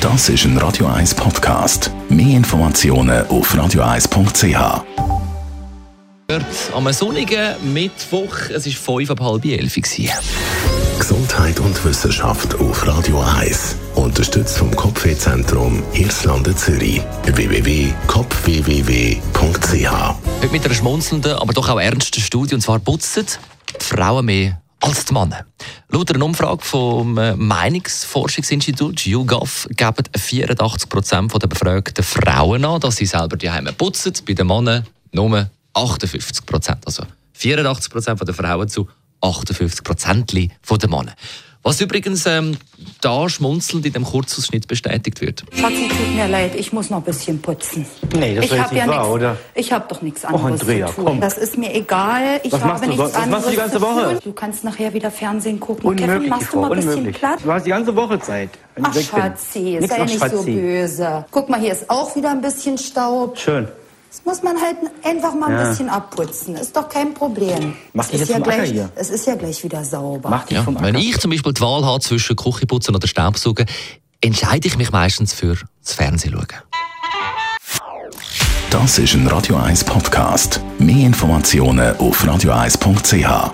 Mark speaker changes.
Speaker 1: Das ist ein Radio 1 Podcast. Mehr Informationen auf radio1.ch.
Speaker 2: Am sonnigen Mittwoch, es war fünf ab halb elf. gewesen.
Speaker 1: Gesundheit und Wissenschaft auf Radio 1. Unterstützt vom Kopfwehzentrum Irlande Zürich. www.kopfwww.ch
Speaker 2: Heute mit einer schmunzelnden, aber doch auch ernsten Studie. Und zwar putzen die Frauen mehr als die Männer. Laut einer Umfrage vom äh, Meinungsforschungsinstitut YouGov geben 84 Prozent der befragten Frauen an, dass sie selber die Heime putzen. Bei den Männern nur 58 Prozent. Also 84 Prozent der Frauen zu 58 Prozent der Männer. Was übrigens ähm, da schmunzelnd in dem Kurzausschnitt bestätigt wird.
Speaker 3: Schatzi, tut mir leid, ich muss noch ein bisschen putzen.
Speaker 4: Nee, das
Speaker 3: ich
Speaker 4: war jetzt
Speaker 3: hab
Speaker 4: nicht wahr,
Speaker 3: nix-
Speaker 4: oder?
Speaker 3: Ich habe doch nichts anderes
Speaker 4: Andrea,
Speaker 3: zu tun.
Speaker 4: komm.
Speaker 3: Das ist mir egal. Ich
Speaker 4: Was
Speaker 3: habe
Speaker 4: machst du
Speaker 3: nichts
Speaker 4: sonst? Was
Speaker 3: anderes
Speaker 4: machst du die ganze
Speaker 3: zu
Speaker 4: Woche?
Speaker 3: tun. Du kannst nachher wieder Fernsehen gucken. Oh, Kevin,
Speaker 4: Unmöglich,
Speaker 3: machst du
Speaker 4: Frau,
Speaker 3: mal ein bisschen
Speaker 4: unmöglich.
Speaker 3: platt?
Speaker 4: Du hast die ganze Woche Zeit, wenn
Speaker 3: Ach,
Speaker 4: ich weg bin.
Speaker 3: Schatzi,
Speaker 4: Nix
Speaker 3: sei
Speaker 4: noch
Speaker 3: nicht so
Speaker 4: Schatzi.
Speaker 3: böse. Guck mal, hier ist auch wieder ein bisschen Staub.
Speaker 4: Schön.
Speaker 3: Das muss man halt einfach mal ein
Speaker 4: Ja.
Speaker 3: bisschen abputzen. Ist doch kein Problem.
Speaker 4: Mach
Speaker 3: es
Speaker 4: dich
Speaker 3: ist
Speaker 4: jetzt
Speaker 3: ja
Speaker 4: vom Acker
Speaker 3: gleich,
Speaker 4: hier.
Speaker 3: Es ist ja gleich wieder sauber.
Speaker 4: Mach dich
Speaker 2: Ja,
Speaker 4: vom
Speaker 2: wenn
Speaker 4: Acker.
Speaker 2: ich zum Beispiel die Wahl habe zwischen Küche putzen oder Staubsaugen, entscheide ich mich meistens für das Fernsehen schauen.
Speaker 1: Das ist ein Radio 1 Podcast. Mehr Informationen auf radio1.ch.